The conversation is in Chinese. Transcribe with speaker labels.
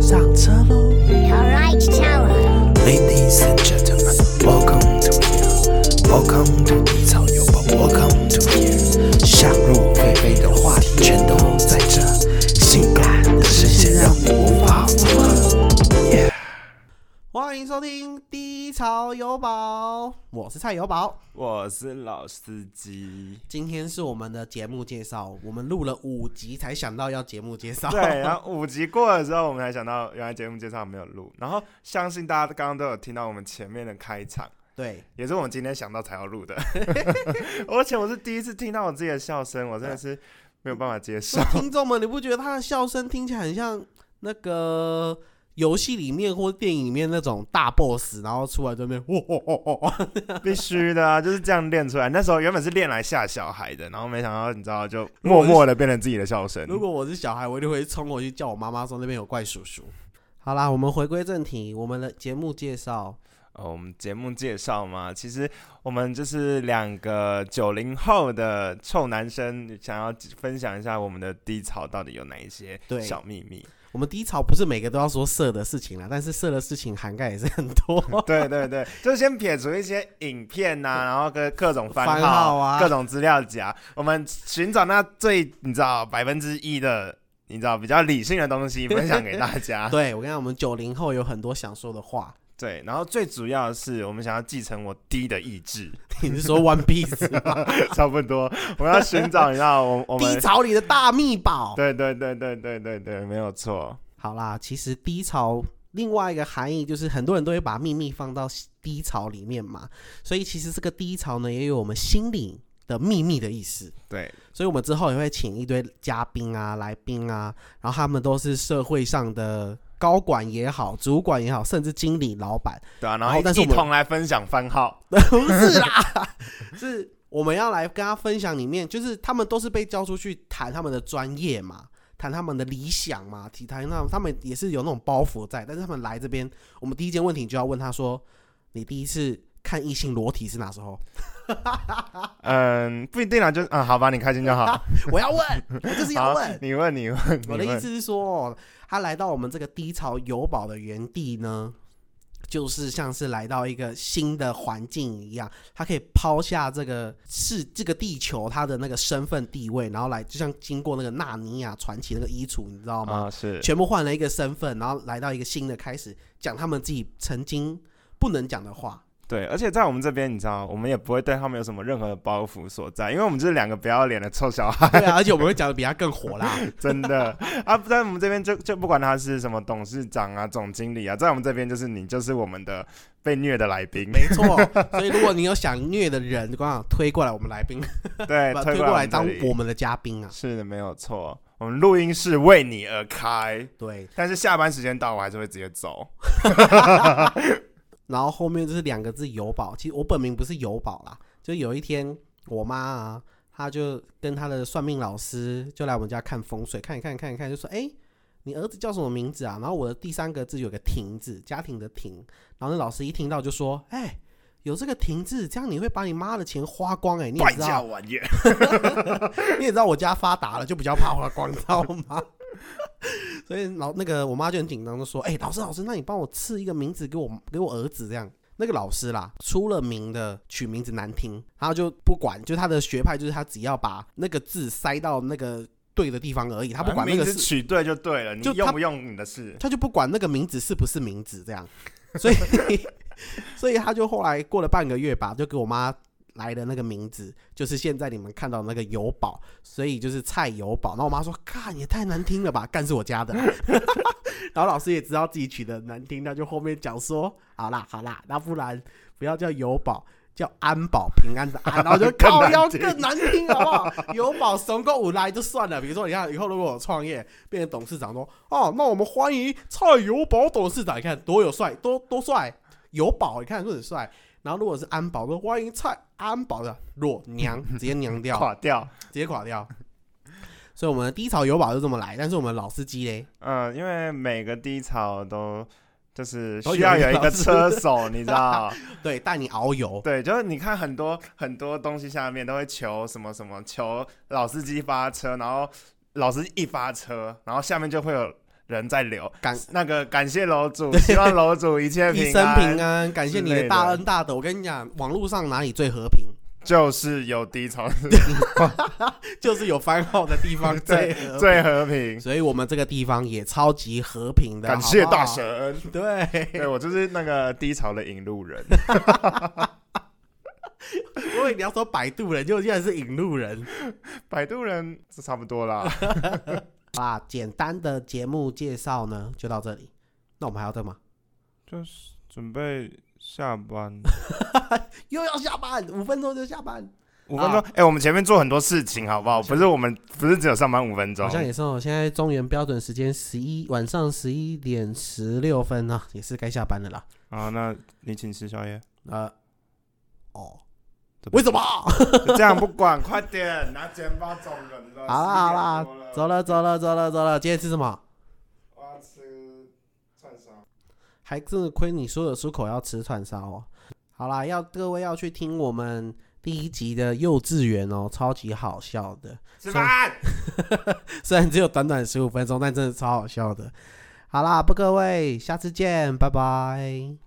Speaker 1: 上车喽
Speaker 2: Alright, Tower.
Speaker 1: ，Ladies and gentlemen, welcome to here, welcome to 低潮有宝，welcome to here。想入非非的话题全都在这，性感的声线让你无法负荷。Yeah
Speaker 3: 欢迎收听《低潮有宝》，我是蔡有宝。。
Speaker 4: 我是老司 机
Speaker 3: 今天是我们的节目介绍，我们录了五集才想到要节目介绍。
Speaker 4: 对，然后五集过了之后，我们才想到原来节目介绍没有录。然后相信大家刚刚都有听到我们前面的开场，
Speaker 3: 对
Speaker 4: 也是我们今天想到才要录 的。而且我是第一次听到我自己的笑声，我真的 是没有办法接 受
Speaker 3: 那。听众们，你不觉得他的笑声听起来很像那个游戏里面或电影里面那种大 boss，然后出来对 面，哦哦哦哦哦，
Speaker 4: 必须的啊，就是这样练出来。那时候原本是练来吓小孩的，然后没想到你知道，就默默的变成自己的笑声。
Speaker 3: 如果我是小孩，我一定会冲过去叫我妈妈说那边有怪叔叔。 好啦，我们回归正题，我们的节目介绍，
Speaker 4: 呃，我们节目介绍嘛，其实我们就是两个九零后的臭男生，想要分享一下我们的低潮到底有哪一些
Speaker 3: 对
Speaker 4: 小秘密。
Speaker 3: 我们低潮不是每个都要说色的事情啦，但是色的事情涵盖也是很多。
Speaker 4: 对对对，就先撇除一些影片呐、然后各各种番
Speaker 3: 番号啊
Speaker 4: 各种资料夹，我们寻找那最你知道百分之一的，你知道比较理性的东西分享给 大家。
Speaker 3: 对我跟你讲，我们九零后有很多想说的话。
Speaker 4: 对，然后最主要的是我们想要继承我低的意志，
Speaker 3: 你是说 One Piece 吗
Speaker 4: 差不多，我们要寻找你知道 我我们
Speaker 3: 低潮里的大秘宝？
Speaker 4: 对对对对对对对，没有错。
Speaker 3: 好啦，其实低潮另外一个含义就是很多人都会把秘密放到低潮里面嘛，所以其实这个低潮呢，也有我们心里的秘密的意思。
Speaker 4: 对，
Speaker 3: 所以我们之后也会请一堆嘉宾啊、来宾啊，然后他们都是社会上的高管也好、主管也好，甚至经理、老板，
Speaker 4: 对啊，
Speaker 3: 然
Speaker 4: 然
Speaker 3: 后
Speaker 4: 后
Speaker 3: 但是
Speaker 4: 一
Speaker 3: 我们
Speaker 4: 同来分享番号，
Speaker 3: 不是啦，是我们要来跟他分享里面，就是他们都是被教出去谈他们的专业嘛，谈他们的理想嘛，提谈他们他们也是有那种包袱在，但是他们来这边，我们第一件问题就要问他说，你第一次看异性裸体是哪时候？
Speaker 4: 嗯，不一定啦，就嗯，好吧，你开 心就好。
Speaker 3: 我要问，我就是要
Speaker 4: 好
Speaker 3: 问，。
Speaker 4: 你问，你问，
Speaker 3: 我的意
Speaker 4: 你问
Speaker 3: 思是说，哦他来到我们这个低潮有宝的原地呢，就是像是来到一个新的环境一样，他可以抛下这个是这个地球他的那个身份地位，然后来就像经过那个纳尼亚传奇那个衣橱，你知道吗？
Speaker 4: 啊，是
Speaker 3: 全部换了一个身份，然后来到一个新的开始，讲他们自己曾经不能讲的话。
Speaker 4: 对，而且在我们这边，你知道，我们也不会对他们有什么任何的包袱所在，因为我们就是两个不要脸的臭小孩，
Speaker 3: 对啊，而且我们会讲的比他更火辣。
Speaker 4: 真的啊，不在我们这边就就 不管他是什么董事长啊、总经理啊，在我们这边就是你就是我们的被虐的来宾，
Speaker 3: 没错，所以如果你有想虐的人，刚好推过来，我们来宾
Speaker 4: 对，
Speaker 3: 把
Speaker 4: 推
Speaker 3: 哎推过来
Speaker 4: 们这
Speaker 3: 当
Speaker 4: 里
Speaker 3: 我们的嘉宾啊。
Speaker 4: 是的，没有错，我们录音室为你而开。
Speaker 3: 对，
Speaker 4: 但是下班时间到，我还是会直接走。
Speaker 3: 然后后面就是两个字友宝。其实我本名不是友宝啦，就有一天我妈啊，她就跟她的算命老师就来我们家看风水，看一看看一看，就说：“哎，你儿子叫什么名字啊？”然后我的第三个字有个亭字，家庭的亭。然后那老师一听到就说：“哎。”有这个亭字，这样你会把你妈的钱花光哎、你也
Speaker 4: 败
Speaker 3: 知
Speaker 4: 家
Speaker 3: 道，
Speaker 4: 玩意儿，
Speaker 3: 你也知道我家发达了，就比较怕花光，你知道吗？ 所以老那个我妈就很紧张，就说：“哎、老师老师，那你帮我赐一个名字给我给我儿子这样。”那个老师啦，出了名的取名字难听，然后就不管，就是他的学派就是他只要把那个字塞到那个对的地方而已，他不管那
Speaker 4: 名
Speaker 3: 个
Speaker 4: 字
Speaker 3: 是，
Speaker 4: 取对就对了，你
Speaker 3: 就他
Speaker 4: 用不用你的事。
Speaker 3: 他就不管那个名字是不是名字这样，所以 所以他就后来过了半个月吧，就给我妈。来的那个名字就是现在你们看到的那个油宝，所以就是蔡油宝。然后我妈说：“干也太难听了吧，干是我家的。” 然后老师也知道自己取的难听，他就后面讲说：“好啦好啦，那不然不要叫油宝，叫安保，平安的安。”然后我就
Speaker 4: 更
Speaker 3: 靠
Speaker 4: 难
Speaker 3: 腰
Speaker 4: 听
Speaker 3: 更难听，好不好？油宝怂够五来就算了。比如说，你看以后如果我创业变成董事长说：“哦，那我们欢迎蔡油宝董事长。”你看多有帅，多多帅，油宝你看是很帅。然后如果是安保，说欢迎蔡安保的裸娘，直接娘掉，
Speaker 4: 垮掉，
Speaker 3: 直接垮掉。所以我们的低潮油宝就这么来，但是我们老司机嘞，
Speaker 4: 嗯，因为每个低潮都就是
Speaker 3: 都有
Speaker 4: 需要有一
Speaker 3: 一个
Speaker 4: 个车手，你知道？
Speaker 3: 对，带你遨游，
Speaker 4: 对，就是你看很多很多东西下面都会求什么什么，求老司机发车，然后老司机一发车，然后下面就会有人在流。
Speaker 3: 感
Speaker 4: 那个感谢楼主，希望楼主一切
Speaker 3: 一
Speaker 4: 平
Speaker 3: 生平
Speaker 4: 安。
Speaker 3: 安，感谢你的大恩大德。我跟你讲，网络上哪里最和平，
Speaker 4: 就是有低潮
Speaker 3: 就是有番号的地方最
Speaker 4: 最
Speaker 3: 和
Speaker 4: 最和平
Speaker 3: 平，，所以我们这个地方也超级和平的。
Speaker 4: 感谢
Speaker 3: 好不好
Speaker 4: 大，神。
Speaker 3: 对，
Speaker 4: 对我就是那个低潮的引路 人，
Speaker 3: 因为你要说摆渡人，就竟然是引路人。
Speaker 4: 摆渡人这差不多啦。
Speaker 3: 好啦，简单的节目介绍呢，就到这里。那我们还要再吗？
Speaker 4: 就是准备下班
Speaker 3: 又要下班，五分钟就下班，
Speaker 4: 五分钟。哎、我们前面做很多事情，好不好？不是我们不是只有上班五分钟
Speaker 3: 好，像也是哦。现在中原标准时间十一晚上十一点十六分啊，也是该下班了啦。
Speaker 4: 啊，那你请吃宵夜。
Speaker 3: 呃，哦，
Speaker 4: 对不
Speaker 3: 为什么？
Speaker 4: 就这样不管，快点拿钱包走人了。
Speaker 3: 好啦好啦
Speaker 4: 10点多了，
Speaker 3: 走了走了走了走了，今天吃什么？
Speaker 4: 我要吃串烧。
Speaker 3: 还真的亏你说有出口要吃串烧哦。好啦，要各位要去听我们第一集的幼稚园哦，超级好笑的。
Speaker 4: 吃饭。
Speaker 3: 虽然只有短短十五分钟，但真的超好笑的。好啦，不各位，下次见，拜拜。